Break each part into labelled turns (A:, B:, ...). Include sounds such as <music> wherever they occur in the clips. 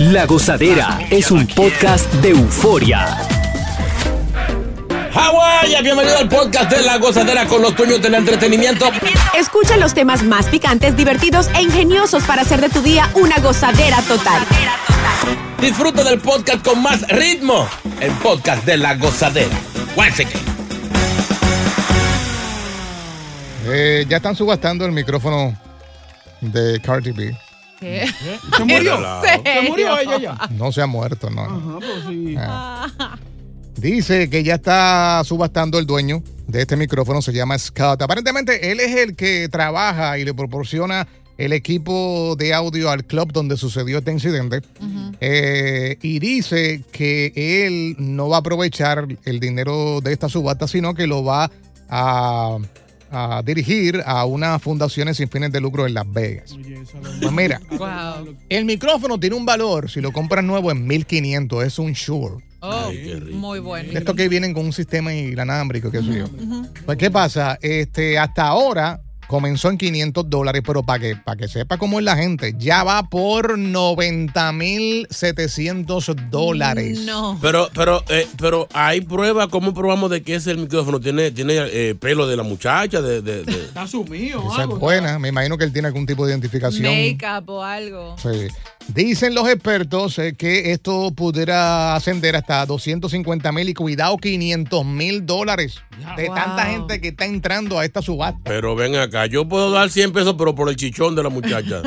A: La Gozadera es un podcast de euforia.
B: Hawái, bienvenido al podcast de La Gozadera con los dueños del entretenimiento.
C: Escucha los temas más picantes, divertidos e ingeniosos para hacer de tu día una gozadera total.
B: Disfruta del podcast con más ritmo. El podcast de La Gozadera. Once again.
D: Eh, ya están subastando el micrófono de Cardi B.
E: <laughs> Se
F: Ah,
E: murió. Se murió ella ya.
D: No se ha muerto, no. no.
E: pues
D: Ah. Dice que ya está subastando el dueño de este micrófono, se llama Scott. Aparentemente él es el que trabaja y le proporciona el equipo de audio al club donde sucedió este incidente. Eh, y dice que él no va a aprovechar el dinero de esta subasta, sino que lo va a, a dirigir a unas fundaciones sin fines de lucro en Las Vegas. Pues mira,
E: Wow.
D: el micrófono tiene un valor, si lo compras nuevo, en 1500, es un Shure.
E: Oh, muy bueno.
D: De estos que vienen con un sistema inalámbrico, qué sé yo. Pues, ¿qué pasa? Este, hasta ahora comenzó en 500 dólares, pero para que, para que sepa cómo es la gente, ya va por 90.700 dólares.
E: No.
B: Pero, pero, eh, pero hay prueba, ¿cómo probamos de que es el micrófono? ¿Tiene, tiene eh, pelo de la muchacha? De, de- de-
E: Está sumido. o
D: Esa es
E: algo.
D: buena. Me imagino que él tiene algún tipo de identificación.
F: Make-up o algo.
D: Sí. Dicen los expertos eh, que esto pudiera ascender hasta 250 mil y cuidado 500 mil dólares de
F: Wow.
D: tanta gente que está entrando a esta subasta.
B: Pero ven acá, yo puedo dar 100 pesos, pero por el chichón de
F: <laughs>
B: la muchacha.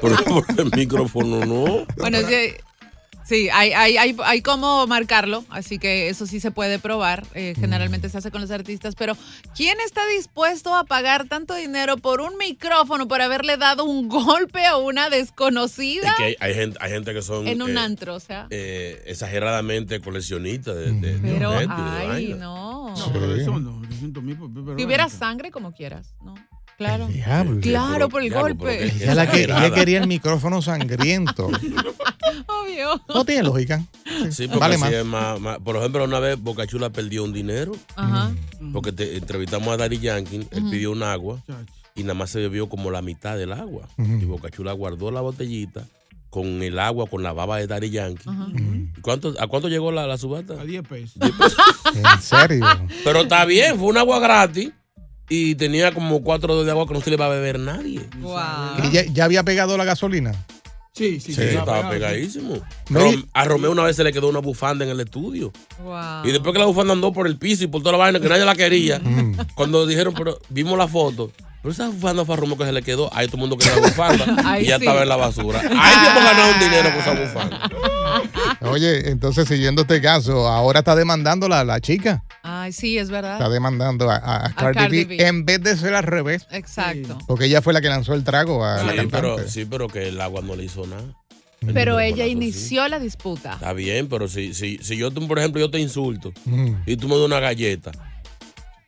B: pero por el micrófono, no.
F: Bueno, sí, sí, hay, hay, hay, hay cómo marcarlo, así que eso sí se puede probar. eh, generalmente se hace con los artistas, pero ¿quién está dispuesto a pagar tanto dinero por un micrófono por haberle dado un golpe a una
B: Es
F: desconocida
B: que hay, hay gente, hay gente que son
F: en un
B: eh,
F: antro? O sea,
B: eh, exageradamente coleccionistas de, de- de
F: pero,
B: objetos y de
F: ay,
B: vainas.
F: no.
E: No, pero eso no, 800 mil, pero- pero-
F: Si hubiera sangre, como quieras, ¿no? Claro.
D: Diablo.
F: Claro, por el
B: Diablo,
F: golpe.
B: pero qué- qué
D: Ella, la que, ella
B: exagerada.
D: quería el
F: <laughs>
D: micrófono sangriento.
F: Obvio.
D: No tiene lógica.
B: Sí, porque
D: vale
B: sí
D: más.
B: es más- más- Por ejemplo, una vez Bocachula perdió un dinero
F: Ajá.
B: porque te- entrevistamos a Daddy Yankee, él pidió un agua
E: Chacho.
B: y nada más se bebió como la mitad del agua.
D: Ujú.
B: Y Bocachula guardó la botellita con el agua, con la baba de Daddy
A: Ah.
B: Yankee.
F: Ajá.
B: ¿Y cuánto- ¿A cuánto llegó la, la subasta?
E: A 10 pesos.
D: En serio.
B: Pero está bien, fue un agua gratis y tenía como cuatro dedos de agua que no se le va a beber nadie.
F: Wow.
D: ¿Y ya, ya había pegado la gasolina?
E: Sí, sí,
B: Sí, estaba <laughs> pegadísimo.
D: No,
B: Rom-
D: y-
B: a Romeo una vez se le quedó una bufanda en el estudio.
F: Wow.
B: Y después que la bufanda andó por el piso y por toda la vaina que nadie la quería,
D: <laughs> Mm.
B: cuando dijeron, pero vimos la foto, pero esa bufanda fue a Romo que se le quedó, ahí todo el mundo quería la
F: <laughs>
B: bufanda
F: Ay,
B: y ya
F: sí.
B: estaba en la basura. Ahí yo me gané un dinero con esa bufanda.
D: Oye, entonces siguiendo este caso, ahora está demandando la, la chica.
F: Ay, sí, es
D: Está
F: verdad.
D: demandando a, Ah. a- a Cardi,
F: Cardi
D: B,
F: B.
D: en vez de ser al revés.
F: Exacto.
D: Porque ella fue la que lanzó el trago a la
B: Sí,
D: cantante.
B: pero, sí, pero que el agua no le hizo nada.
F: Pero
B: El micrófono,
F: ella
B: eso sí.
F: inició la disputa.
B: Está bien, pero si, si, si yo, te- por ejemplo, yo te insulto
D: Mm.
B: y tú me das una galleta,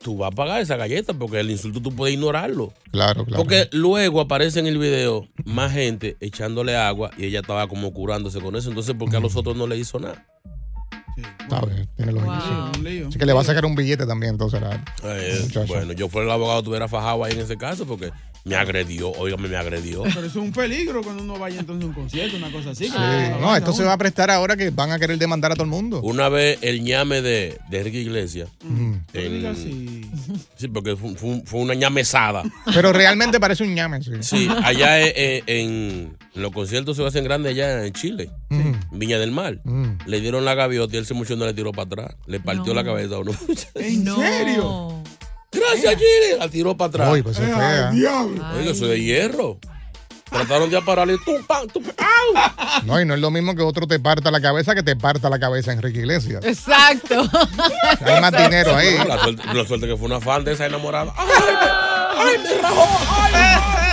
B: tú vas a pagar esa galleta porque el insulto tú puedes ignorarlo.
D: Claro, claro.
B: Porque luego aparece en el video más gente echándole agua y ella estaba como curándose con eso. Entonces, ¿por qué a los otros no le hizo nada?
D: Está bien, tiene lógica.
F: Wow.
D: Así que le va a sacar un billete también entonces. la-
B: Eh,
D: Muchacho.
B: bueno, yo fuera el abogado, tuviera fajado ahí en ese caso porque me agredió. Óigame, me agredió.
E: Pero eso es un peligro cuando uno vaya entonces a un concierto, una cosa así.
F: Ah.
D: Sí. No, esto se va a prestar ahora que van a querer demandar a todo el mundo.
B: Una vez el ñame de, de Enrique Iglesias
D: Mm.
E: No
B: en,
E: digas así.
B: Sí, porque fue, fue un- fue una ñamesada.
D: Pero realmente parece un ñame. Sí. <laughs>
B: Sí, allá eh, eh, en, en los conciertos se hacen grandes allá en Chile, en Viña del Mar.
D: Mm.
B: Le dieron la gaviota y él se mucho no le tiró para atrás. Le
F: No.
B: partió la cabeza a uno. <laughs>
E: ¿En serio?
B: Gracias, Chile. La tiró para atrás.
D: Uy, pues es fea.
E: Ay, diablo.
B: Oiga, eso es de hierro. Trataron de pararle. tum, pam, tum, ¡au!
D: No, y no es lo mismo que otro te parta la cabeza que te parta la cabeza Enrique Iglesias.
F: Exacto.
B: <laughs>
D: Hay más dinero ahí.
B: La suerte, la suerte que fue una fan de esa enamorada. ¡Ay, me, ay, me rajó! ¡Ay!
A: <laughs>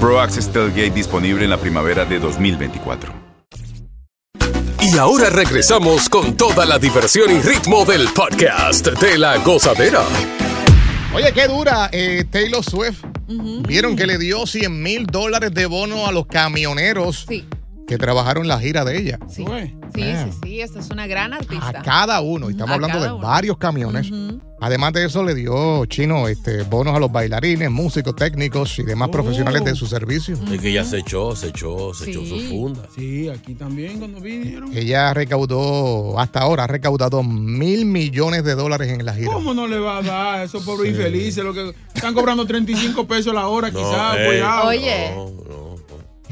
G: Pro Access Tailgate disponible en la primavera de 2024.
A: Y ahora regresamos con toda la diversión y ritmo del podcast de la gozadera.
D: Oye, qué dura eh, Taylor Swift. Vieron que le dio 100 mil dólares de bono a los camioneros
F: Sí,
D: que trabajaron la gira de ella.
F: sí.
E: Ué.
F: Sí,
D: Man.
F: sí, sí, esta es una gran
D: A
F: artista.
D: cada uno. Y estamos
F: A
D: hablando
F: cada
D: de
F: uno.
D: varios camiones. Además de eso, le dio Chino este, bonos a los bailarines, músicos, técnicos y
B: Oh.
D: demás profesionales de su servicio.
B: Ah, Es que ya se echó, se echó, se echó
F: Sí.
B: su funda.
E: Sí, aquí también cuando vinieron.
D: Ella recaudó, hasta ahora ha recaudado mil millones de dólares en la gira.
E: ¿Cómo no le va a dar a esos pobres infelices? Lo que están cobrando 35 pesos la hora,
B: No,
E: quizás.
B: ey.
E: cuidado.
F: Oye.
B: No, no, no.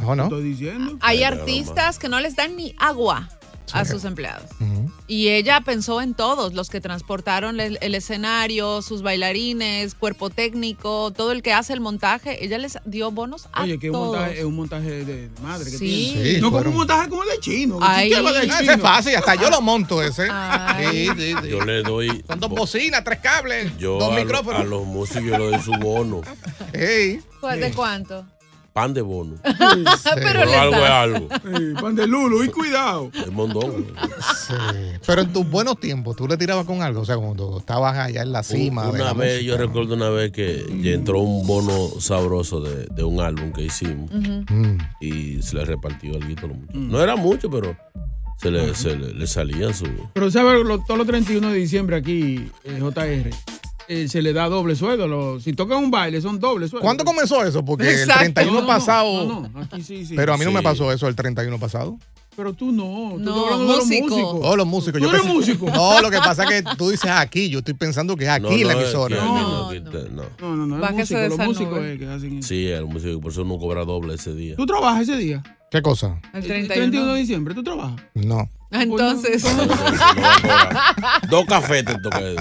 D: No, no.
E: Estoy diciendo.
F: Hay
B: Ay,
F: artistas que no les dan ni agua a sus empleados.
D: Ujú.
F: Y ella pensó en todos, los que transportaron el, el escenario, sus bailarines, cuerpo técnico, todo el que hace el montaje. Ella les dio bonos a
E: Oye, que un
F: todos.
E: montaje, es un montaje de madre que
F: Sí.
E: tiene.
D: Sí,
E: no como
D: fueron-
E: un montaje como el de chino.
F: Ay.
E: ¿Qué va de
D: Ah,
E: chino?
D: ese es fácil, hasta yo lo
F: Ah.
D: monto ese.
F: Ay.
D: Sí, sí, sí.
B: Yo le doy.
D: Son dos bocinas, tres cables,
B: Yo
D: dos
B: a, lo-
D: micrófonos.
B: a los músicos yo le doy su bono.
D: Ey,
F: ¿Cuál- ¿De cuánto?
B: Pan de bono.
F: <laughs> Pero
B: Pero
F: les
B: algo es
F: da.
D: <laughs>
B: algo.
E: Eh, pan de lulo, y cuidado.
B: El mondón.
D: sí. Pero en tus buenos tiempos, tú le tirabas con algo. O sea, cuando estabas allá en la cima. de
B: una
D: la
B: vez, yo
D: música.
B: recuerdo una vez que ya entró un bono sabroso de, de un álbum que hicimos
D: Mm.
B: y se le repartió algo. a los muchachos. No era mucho, pero se le, se le, le salían su.
E: Pero sabes, lo- todos los 31 de diciembre aquí, eh, JR, eh, se le da doble sueldo. lo- si tocan un baile, son doble sueldo.
D: ¿Cuándo comenzó eso? Porque
F: Exacto.
D: el 31 pasado.
E: No, no, aquí sí, sí.
D: Pero a mí no me
B: Sí.
D: pasó eso el 31 pasado.
E: Pero tú no. Tú
F: No,
E: estás hablando de los
F: músico.
E: músicos.
D: Oh, los músicos.
E: ¿Tú
D: yo
E: eres
D: pensé-
E: músico?
D: No, lo que pasa es que tú dices aquí. Yo estoy pensando que es
B: No,
D: aquí la
B: no, es
D: emisora.
B: que a mí no,
F: No,
B: que te- no.
E: No, no, no. Es
F: Bájese
E: músico,
F: de
E: los
F: esa
E: músicos
F: nube.
E: eh, que hacen eso.
B: Sí, el músico, por eso no cobra doble ese día.
E: ¿Tú trabajas ese día?
D: ¿Qué cosa?
F: El
E: de
F: 31.
E: diciembre, ¿tú trabajas? Pues
D: No.
F: Entonces,
D: <laughs>
E: <laughs>
B: Dos cafetes toqué.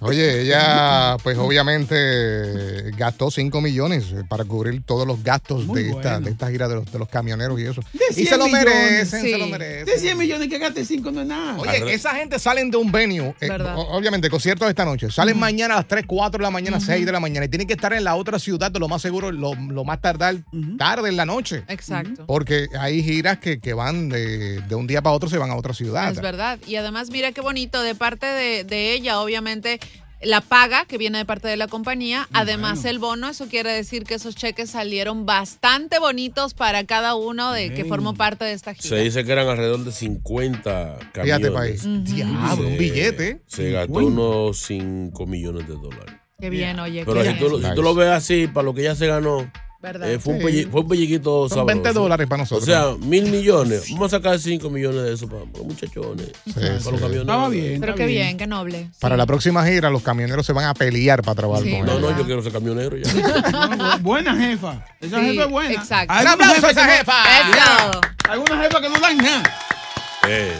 D: Oye, ella, pues obviamente gastó 5 millones eh, para cubrir todos los gastos
E: Muy
D: de esta,
E: bueno.
D: de esta gira de los, de los camioneros y eso.
E: De
D: Y
E: 100
D: se lo
E: millones,
D: merecen, se
F: sí.
D: lo
E: De 100
D: merecen.
E: millones que gaste 5 no es nada.
D: Oye, esa gente salen de un venue, eh,
F: Verdad.
D: o- obviamente, conciertos esta noche. Salen mañana a las 3, 4 de la mañana, 6 de la mañana. Y tienen que estar en la otra ciudad, de lo más seguro, lo, lo más tardar, tarde en la noche.
F: exacto.
D: Porque hay giras que, que van de, de un día para otro, se van a otra ciudad.
F: Es verdad. Y además, mira qué bonito, de parte de, de ella, obviamente, la paga que viene de parte de la compañía, además el bono, eso quiere decir que esos cheques salieron bastante bonitos para cada uno de que formó parte de esta gira.
B: Se dice que eran alrededor de 50 camiones.
D: Fíjate, país.
F: Ujú.
D: Diablo, un
B: Se-
D: billete.
B: Se gastó unos 5 millones de dólares.
F: Qué bien, oye.
B: Pero
F: qué
B: si tú,
F: bien.
B: lo- si tú lo ves así, para lo que ya se ganó,
F: ¿Verdad?
B: Eh, fue, un
D: Sí.
B: pelli- fue un pelliquito
D: Son
B: sabroso.
D: 20 dólares para
B: O
D: nosotros.
B: sea, mil millones. Vamos a sacar 5 millones de eso para los muchachones. para
D: sí.
B: los camioneros.
E: Estaba bien.
F: Pero
E: está
F: qué bien, qué noble.
D: Para la próxima gira, los camioneros se van a pelear para trabajar
F: Sí,
D: con
B: No,
D: él.
B: no, yo quiero ser camionero ya.
E: No, bu- <laughs> buena jefa. Esa
F: Sí,
E: jefa es buena.
F: exacto.
E: Hay
D: ¡Un
E: algunas
D: aplauso a esa
E: jefas que no-
F: Eso.
E: Hay unas jefas que no dan nada.
B: <laughs> eh,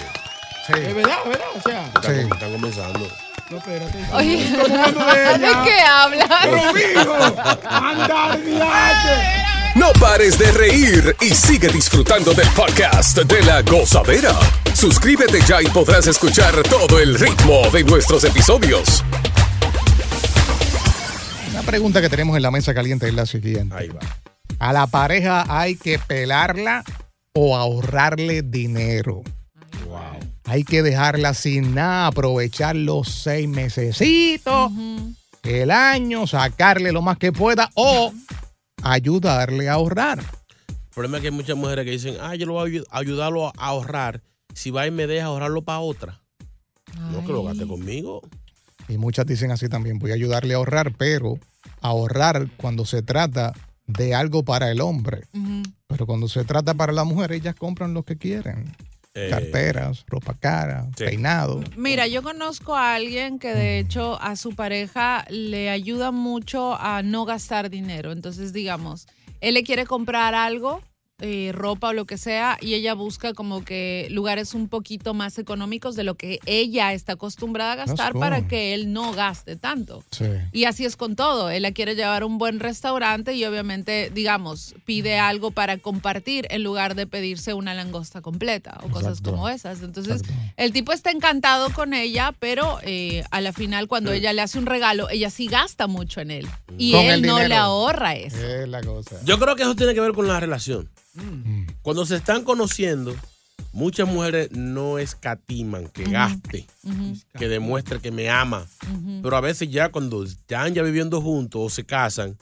E: Es
D: Sí.
E: verdad, es verdad. O sea,
B: están,
D: Sí.
B: están comenzando.
E: no, espérate.
F: Oye, <laughs>
E: Estoy hablando de
F: ¿de
E: ella.
F: qué hablas?
E: ¡Conmigo! ¡Andar, diache!
A: No pares de reír y sigue disfrutando del podcast de la gozadera. Suscríbete ya y podrás escuchar todo el ritmo de nuestros episodios.
D: Una pregunta que tenemos en la mesa caliente es la siguiente.
B: Ahí va.
D: ¿A la pareja hay que pelarla o ahorrarle dinero?
B: Wow.
D: Hay que dejarla sin nada, aprovechar los seis mesecitos, el año, sacarle lo más que pueda o ayudarle a ahorrar.
B: El problema es que hay muchas mujeres que dicen, ah, yo lo voy a ayu- ayudarlo a ahorrar. Si va y me deja ahorrarlo para otra. No, que lo gaste conmigo.
D: Y muchas dicen así también, voy a ayudarle a ahorrar, pero ahorrar cuando se trata de algo para el hombre. Pero cuando se trata para la mujer, ellas compran lo que quieren.
B: Eh,
D: Carteras, ropa cara,
B: sí.
D: peinado.
F: Mira, yo conozco a alguien que de hecho a su pareja le ayuda mucho a no gastar dinero. Entonces, digamos, él le quiere comprar algo, eh, ropa o lo que sea, y ella busca como que lugares un poquito más económicos de lo que ella está acostumbrada a gastar
D: cool.
F: para que él no gaste tanto.
D: Sí.
F: Y así es con todo. Él la quiere llevar a un buen restaurante y obviamente, digamos, pide algo para compartir en lugar de pedirse una langosta completa o cosas
D: Exacto.
F: como esas. Entonces, el tipo está encantado con ella, pero eh, a la final, cuando ella le hace un regalo, ella sí gasta mucho en él. Y
D: Con el
F: él no
D: dinero.
F: le ahorra eso.
D: Es la cosa.
B: Yo creo que eso tiene que ver con la relación. Mm, Cuando se están conociendo, muchas mujeres no escatiman que gaste, que demuestre que me ama. Pero a veces ya cuando están ya viviendo juntos o se casan,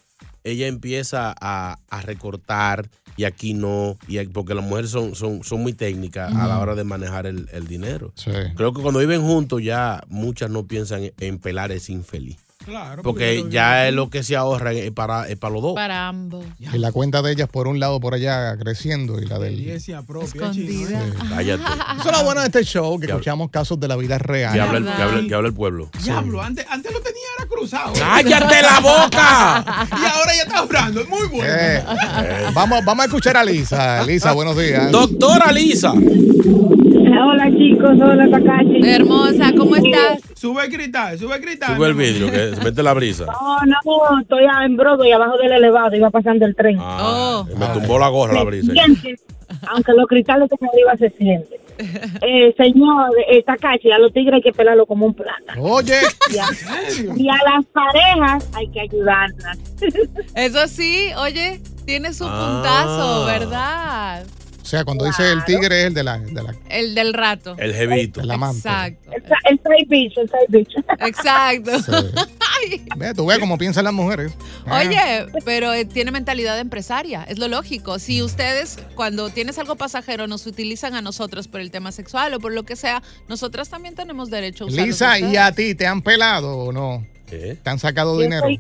B: ella empieza a, a recortar y aquí no, y aquí- porque las mujeres son, son, son muy técnicas a la hora de manejar el, el dinero.
D: Sí.
B: Creo que cuando viven juntos ya muchas no piensan en- en pelar ese infeliz.
E: Claro.
B: Porque ya es lo que se ahorra es para, es para los dos.
F: Para ambos.
D: Y la cuenta de ellas por un lado por allá creciendo y la
E: La
D: del...
E: iglesia propia. chino.
F: Escondida.
B: Cállate.
F: Ah.
D: Eso es lo bueno de este show, que
B: Ya.
D: escuchamos casos de la vida
B: Que
D: real.
B: habla, el, que habla- que habla el pueblo.
E: Diablo, antes, antes lo tenía era cruzado.
B: ¡Cállate la boca!
E: <laughs> Y ahora ya está hablando. Es muy bueno.
D: Eh, vamos, vamos a escuchar a Lisa. Lisa, buenos días.
B: Doctora Lisa.
H: Hola chicos, hola Takashi.
F: Hermosa, ¿cómo estás?
E: Sube a gritar, sube a gritar.
B: Sube el vidrio, que se mete la brisa.
H: No, no, estoy en Broadway, abajo del elevado, iba pasando el tren.
B: Ah,
F: Oh.
B: Me tumbó la gorra la brisa.
H: Siente, aunque los cristales que me arriba se sienten. Eh, señor eh, Takashi, a los tigres hay que pelarlo como un plátano.
D: Oye,
H: Y a, y a las parejas hay que ayudarlas.
F: Eso sí, oye, tiene su
D: Ah.
F: puntazo, ¿verdad?
D: o sea, cuando dice el tigre es el de la, de la,
F: El del rato.
B: El jevito.
D: del amante.
F: Exacto.
H: El, sa- el side bitch, el side <laughs> bitch.
F: Exacto.
D: Sí.
F: <laughs>
D: Eh. Ve, tú ves cómo piensan las mujeres. Ah,
F: Oye, pero eh, tiene mentalidad de empresaria, es lo lógico. Si ustedes cuando tienes algo pasajero nos utilizan a nosotros por el tema sexual o por lo que sea, nosotras también tenemos derecho a usar.
D: Lisa, ¿y a ti te han pelado o no?
B: ¿Qué?
D: ¿Te han sacado
H: Yo
D: dinero?
H: soy-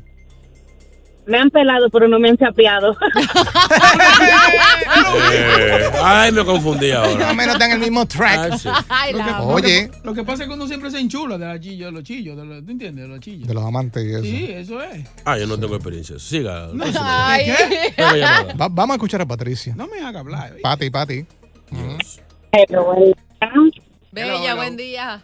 H: Me han pelado, pero no me han
D: <laughs>
H: sapeado.
B: Eh, Ay, me confundí ahora.
D: Más o menos dan el mismo
E: <laughs>
D: track.
B: Ah, sí.
F: Ay,
E: Lo que,
F: la-
E: lo que-
D: Oye.
E: lo que pasa es que uno siempre se enchula de, la chillo, de los chillos, de los- ¿tú entiendes? De los chillos.
D: De los amantes y eso.
E: Sí, eso es.
B: Ah, yo no tengo experiencia. Siga.
E: No,
B: próxima.
F: Ay.
E: ¿Qué?
B: Tengo llamada.
D: Va- vamos a escuchar a Patricia.
E: no me haga hablar. ¿oí?
D: Pati, Pati.
B: Dios.
H: Pero bueno,
F: Bella, buen día.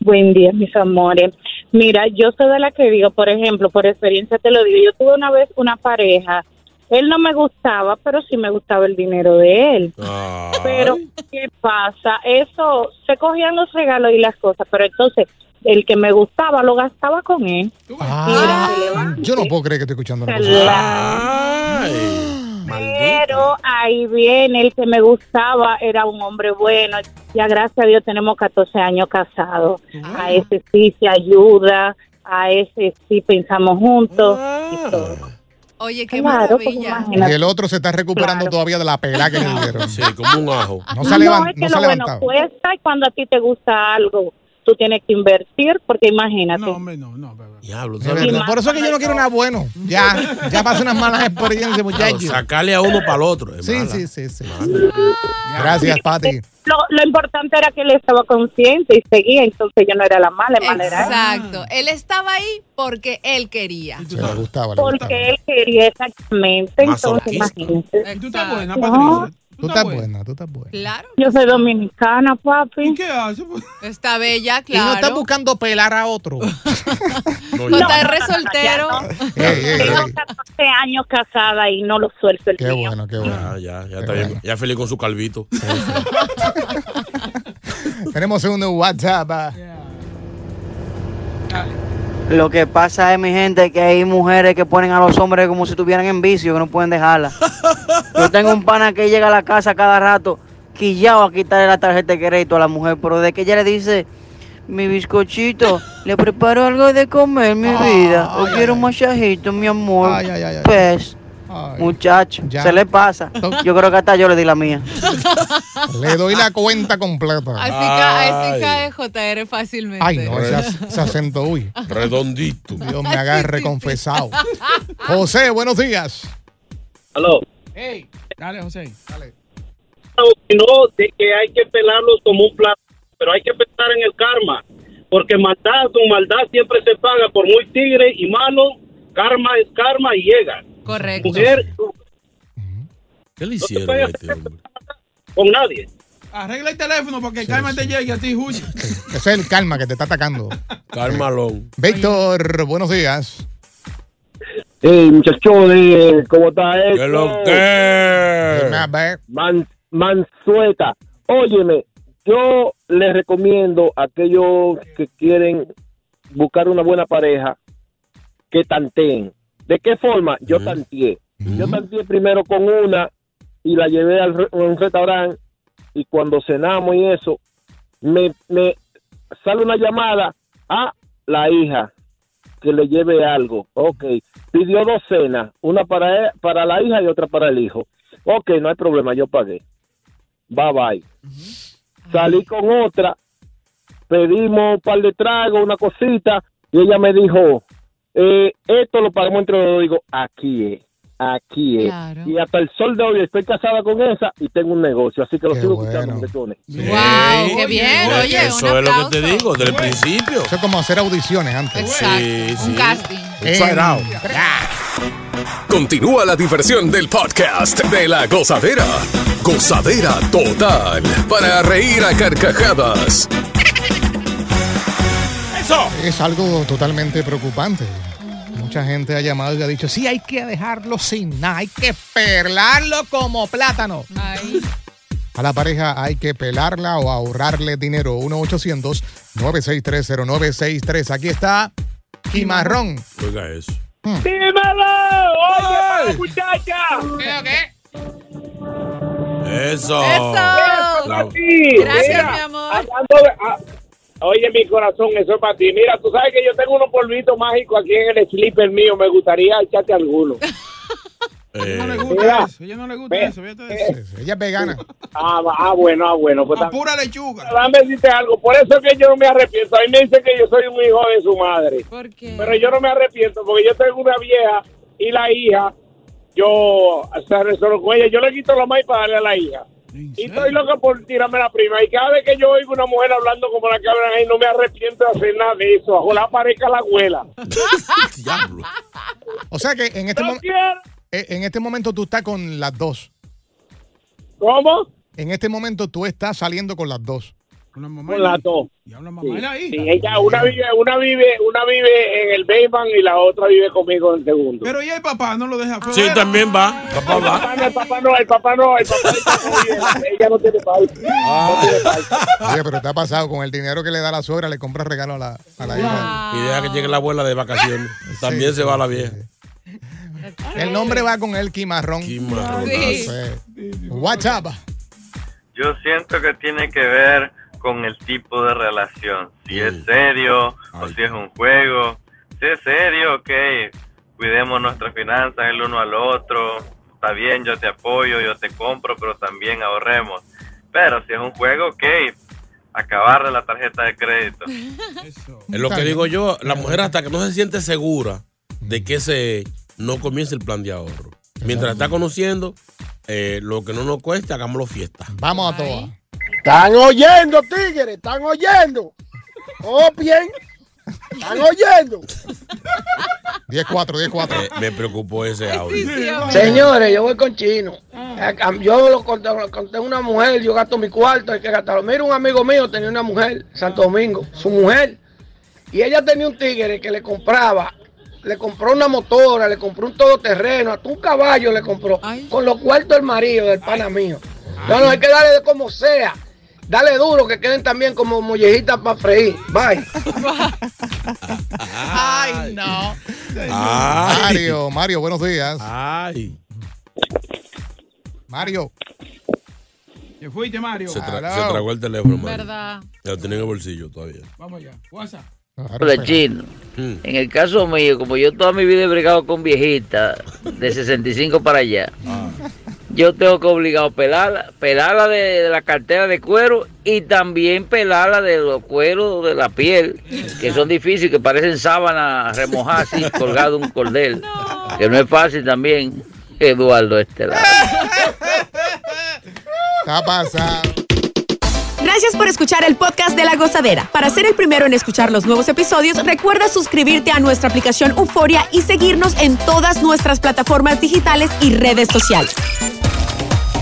H: Buen día, mis amores. Mira, yo soy de la que digo, por ejemplo, por experiencia te lo digo, yo tuve una vez una pareja, él no me gustaba, pero sí me gustaba el dinero de él.
B: Ay.
H: Pero, ¿qué pasa? Eso, se cogían los regalos y las cosas, pero entonces el que me gustaba lo gastaba con él.
D: Ah, yo no puedo creer que estoy escuchando una cosa.
B: Ay. Maldito.
H: Pero ahí viene, el que me gustaba era un hombre bueno. Ya gracias a Dios tenemos 14 años casados. A ese sí se ayuda, a ese sí pensamos juntos. y todo.
B: Ah.
F: Oye, qué
H: Claro, pues,
F: maravilla.
H: imagínate.
D: Y el otro se está recuperando
H: Claro.
D: todavía de la pelada que le dieron.
B: Sí, como un ajo.
D: No se ha levan-
H: es que
D: no se ha
H: lo bueno
D: levantado.
H: cuesta y cuando a ti te gusta algo, tú tienes que invertir, porque imagínate.
E: No, hombre, no, no. pero-
B: Diablo,
D: Es
B: ¿sabes?
D: verdad. Por eso es que yo no quiero nada bueno. Ya, ya pasé unas malas experiencias,
B: Claro,
D: muchachos.
B: sacarle a uno para el otro. es
D: Sí,
B: mala.
D: sí, sí, sí. Gracias, Pati.
H: Lo, lo importante era que él estaba consciente y seguía, entonces yo no era la mala, ¿eh? la mala era él.
F: Exacto. Él estaba ahí porque él quería.
D: Se le gustaba, le gustaba.
H: Porque él quería exactamente, entonces
B: Masoquista.
H: imagínate.
E: ¿Y tú estás buena,
F: Exacto.
E: Patricia?
D: Tú estás buena, tú estás buena.
F: Claro.
H: Yo soy dominicana,
E: ¿Y
H: papi.
E: qué haces? pues?
F: Está bella,
D: Y no estás
F: claro.
D: buscando pelar
F: <laughs>
D: a otro.
B: No,
F: No,
B: ya.
F: está
H: no,
F: re
H: no, no,
F: soltero.
H: ya
D: Ey, ey, ey.
H: Tengo 14 años casada y no lo suelto el
D: Qué
H: mío.
D: bueno, qué bueno.
B: Ya, ya, ya está bien. Ya feliz con su calvito.
D: Tenemos un WhatsApp. ah.
I: Lo que pasa es, mi gente, que hay mujeres que ponen a los hombres como si estuvieran en vicio, que no
D: <laughs>
I: pueden dejarla. Yo tengo un pana que llega a la casa cada rato quillado a quitarle la tarjeta de crédito a la mujer, pero de que ella le dice, mi bizcochito, le preparo algo de comer, mi vida, o
D: ay,
I: quiero un
D: ay.
I: masajito, mi amor,
D: Ay, ay, ay, ay.
I: pues,
D: Ay,
I: muchacho,
D: Ya.
I: se le pasa.
D: To-
I: Yo creo que hasta yo le di la mía.
F: <laughs>
D: le doy la cuenta completa.
F: Así, ca-
B: Ay.
F: así cae JR fácilmente.
D: Ay, no, ese, ac- ese acento, uy.
B: Redondito.
D: Dios me
E: <laughs>
D: agarre confesado. José, buenos días.
J: Aló.
E: Ey, dale, José.
J: No, de que hay que pelarlos como un plato, pero hay que pensar en el karma, porque maldad con maldad siempre se paga, por muy tigre y malo, karma es karma y llega.
F: Correcto.
J: Mujer,
B: ¿Qué le
J: te
B: hicieron a
J: puedes
B: este hombre?
J: con nadie.
E: Arregla el teléfono porque el Carmen te llegue a ti,
D: <laughs>
E: Julio.
D: Ese es el calma que te está atacando.
B: Carmalón.
D: Víctor, buenos días.
J: Hey, muchachones, ¿cómo está
B: ¿Qué lo que?
D: Dime a ver.
J: Man- mansueta. Óyeme, yo les recomiendo a aquellos que quieren buscar una buena pareja que tanteen. ¿De qué forma? Yo
B: Mm.
J: tanteé. Yo tanteé primero con una y la llevé al re- a un restaurante y cuando cenamos y eso, me, me sale una llamada a la hija que le lleve algo. Ok, pidió dos cenas, una para, e- para la hija y otra para el hijo. Ok, no hay problema, yo pagué. Bye bye. Salí con otra, pedimos un par de tragos, una cosita, y ella me dijo, eh, esto lo pagamos entre los dos. Digo, aquí es, aquí es.
F: Claro.
J: Y hasta el sol de hoy estoy casada con esa y tengo un negocio, así que lo
D: Qué
J: sigo
D: bueno.
J: escuchando, muchachones.
F: Wow, qué bien,
B: Oye,
F: oye,
B: Eso
F: un
B: es lo que te
F: aplauso.
B: digo, desde el principio.
D: Eso es como hacer audiciones antes.
F: Exacto.
B: Sí, sí.
F: Un casting.
B: Un sarao.
A: Continúa la diversión del podcast de la gozadera. Gozadera total. Para reír a carcajadas.
F: <laughs>
B: ¡Eso!
D: Es algo totalmente preocupante. Mucha gente ha llamado y ha dicho, sí, hay que dejarlo sin nada, hay que pelarlo como plátano.
F: Ay,
D: A la pareja hay que pelarla o ahorrarle dinero. 1-800-9630963. Aquí está Hmm. Quimarrón.
B: Oiga eso.
J: ¡Dímelo! ¡Oye, muchacha!
B: Eso.
F: Eso.
B: La-
F: Gracias, mi amor.
J: Hablando de- ah, oye, mi corazón, eso es para ti. Mira, tú sabes que yo tengo unos polvitos mágicos aquí en el slipper mío. Me gustaría echarte alguno.
E: No le
B: eh,
E: gusta
J: Mira.
E: eso. Ella no le gusta
J: Ve.
E: eso. fíjate de eso.
D: Ella es vegana.
J: Ah, va- ah, bueno, ah, bueno. Pues
E: A
J: tan-
E: pura lechuga.
J: dame decirte algo. Por eso es que yo no me arrepiento. Ahí me dice que yo soy un hijo de su madre.
F: ¿Por qué?
J: Pero yo no me arrepiento porque yo tengo una vieja y la hija, yo se resuelvo con ella. Yo le quito la maíz para darle a la hija. Y estoy loco por tirarme la prima. Y cada vez que yo oigo una mujer hablando como la que hablan ahí, no me arrepiento de hacer nada de eso. Ojalá aparezca la abuela.
B: diablo.
D: O sea que en este,
J: No
D: mom-
J: quiero.
D: eh, en este momento tú estás con las dos.
J: ¿Cómo?
D: En este momento tú estás saliendo con las dos.
E: Una mamá
J: Con
E: y-
J: las dos.
E: Y una mamá
J: Sí,
E: y la hija.
J: sí, ella, una vive, una vive, una vive en el Bayman y la otra vive conmigo en el segundo.
E: Pero y el papá no lo deja fuera.
B: Sí, también va. Papá
J: El
B: va.
J: papá no, el papá no, el papá no, el papá no, ella no tiene país.
E: Ah.
D: Oye, pero te ha pasado con el dinero que le da la suegra, le compras regalo a la, a la hija.
B: Y deja que llegue la abuela de vacaciones. También
D: Sí,
B: se
D: sí,
B: va la
D: sí,
B: vieja.
D: sí. El nombre va con el Quimarrón.
B: Qué marronazo.
F: Sí.
D: Sí. WhatsApp.
I: Yo siento que tiene que ver con el tipo de relación. Si es serio o
B: Ay.
I: si es un juego. Si es serio, ok. Cuidemos nuestras finanzas el uno al otro. Está bien, yo te apoyo, yo te compro, pero también ahorremos. Pero si es un juego, ok.
K: acabarle la tarjeta de crédito.
B: Es lo que digo yo, la mujer hasta que no se siente segura de que se no comience el plan de ahorro. Mientras está conociendo, eh, lo que no nos cueste, hagámoslo fiesta.
D: Vamos a todas.
L: Están oyendo, tigres, están oyendo. Opien, están oyendo.
D: 10-4, 10-4.
B: Eh, Me, me preocupó ese audio.
L: Señores, yo voy con chino. Eh, am- Yo lo conté, lo conté una mujer, yo gasto mi cuarto, hay que gastarlo. Mira, un amigo mío tenía una mujer, Santo Domingo, su mujer, y ella tenía un tigre que le compraba, le compró una motora, le compró un todoterreno, hasta un caballo le compró, con los cuartos del marido, del pana mío. No, no, hay que darle de como sea. Dale duro, que queden también como mollejitas para freír. Bye.
F: Ay, no.
D: Mario, Mario, buenos días.
B: Ay.
D: Mario.
E: Te fuiste, Mario.
B: Se, tra- se tragó el teléfono, Mario.
E: Verdad.
B: Ya lo tenía en el bolsillo todavía.
E: Vamos allá. WhatsApp.
M: Hola, chino. En el caso mío, como yo toda mi vida he bregado con viejitas de 65 para allá, yo tengo que obligado pelarla, pelarla de, de la cartera de cuero y también pelarla de los cueros de la piel, que son difíciles, que parecen sábanas remojadas así, colgado un cordel, que no es fácil también. Eduardo este lado.
D: Está pasado.
C: Gracias por escuchar el podcast de La Gozadera. Para ser el primero en escuchar los nuevos episodios, recuerda suscribirte a nuestra aplicación Euforia y seguirnos en todas nuestras plataformas digitales y redes sociales.